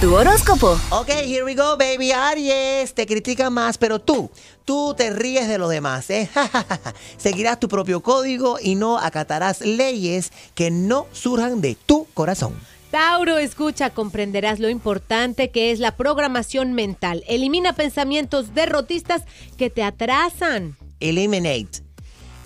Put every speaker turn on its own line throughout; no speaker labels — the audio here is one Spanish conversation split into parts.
Tu horóscopo.
Ok, here we go, baby Aries. Te critican más, pero tú, tú te ríes de los demás. ¿eh? Seguirás tu propio código y no acatarás leyes que no surjan de tu corazón.
Tauro, escucha, comprenderás lo importante que es la programación mental. Elimina pensamientos derrotistas que te atrasan.
Eliminate.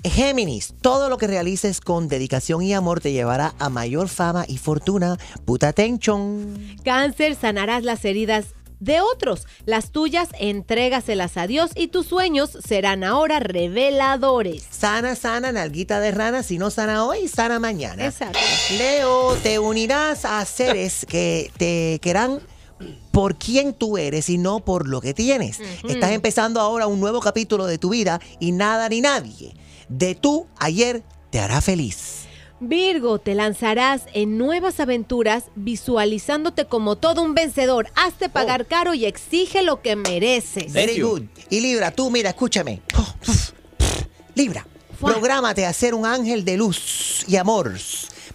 Géminis, todo lo que realices con dedicación y amor te llevará a mayor fama y fortuna. Puta atención.
Cáncer, sanarás las heridas de otros. Las tuyas, entrégaselas a Dios y tus sueños serán ahora reveladores.
Sana, sana, nalguita de rana. Si no sana hoy, sana mañana.
Exacto.
Leo, te unirás a seres que te querrán por quién tú eres y no por lo que tienes. Estás empezando ahora un nuevo capítulo de tu vida y nada ni nadie de tú ayer te hará feliz.
Virgo, te lanzarás en nuevas aventuras visualizándote como todo un vencedor. Hazte pagar caro y exige lo que mereces.
Very good. Y Libra, tú mira, escúchame. Libra,
Fua.
prográmate a ser un ángel de luz y amor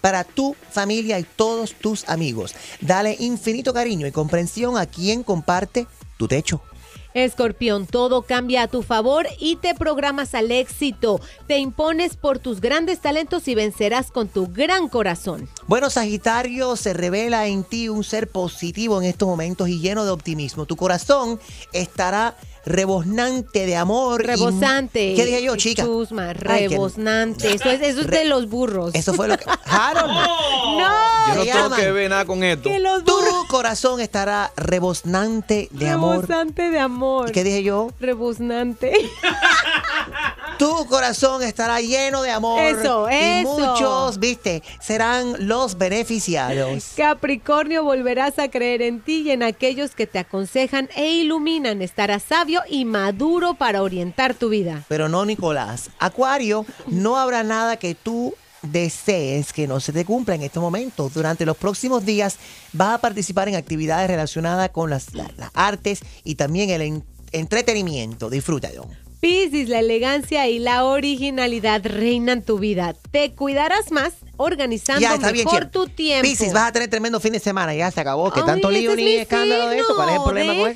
para tu familia y todos tus amigos. Dale infinito cariño y comprensión a quien comparte tu techo.
Escorpión, todo cambia a tu favor y te programas al éxito. Te impones por tus grandes talentos y vencerás con tu gran corazón.
Bueno, Sagitario, se revela en ti un ser positivo en estos momentos y lleno de optimismo. Tu corazón estará rebosnante de amor. y-
Rebosante.
¿Qué dije yo, chica?
Chusma,
Ay, que-
rebosnante. Eso es, eso es
Re-
de los burros.
Eso fue lo que. Harold,
¡No!
Yo no
Se
tengo
llaman.
que ver nada con esto.
Que los burros.
tu corazón estará rebosnante de amor.
Rebosante de amor.
¿Y qué dije yo?
Rebosnante.
Tu corazón estará lleno de amor.
Eso,
Y
eso.
muchos, viste, serán los beneficiados.
Capricornio, volverás a creer en ti y en aquellos que te aconsejan e iluminan. Estarás sabio y maduro para orientar tu vida.
Pero no, Nicolás. Acuario, no habrá nada que tú desees que no se te cumpla en este momento. Durante los próximos días vas a participar en actividades relacionadas con las, la- las artes y también el en- entretenimiento. Disfrútalo.
Piscis, la elegancia y la originalidad reinan tu vida. Te cuidarás más organizando mejor
chévere.
tu tiempo.
Piscis, vas a tener tremendo fin de semana. Ya se acabó. Que
Ay,
tanto
ese
lío
es
ni
mi
escándalo de eso. ¿Cuál es el
signo,
problema con
¿ves?
eso?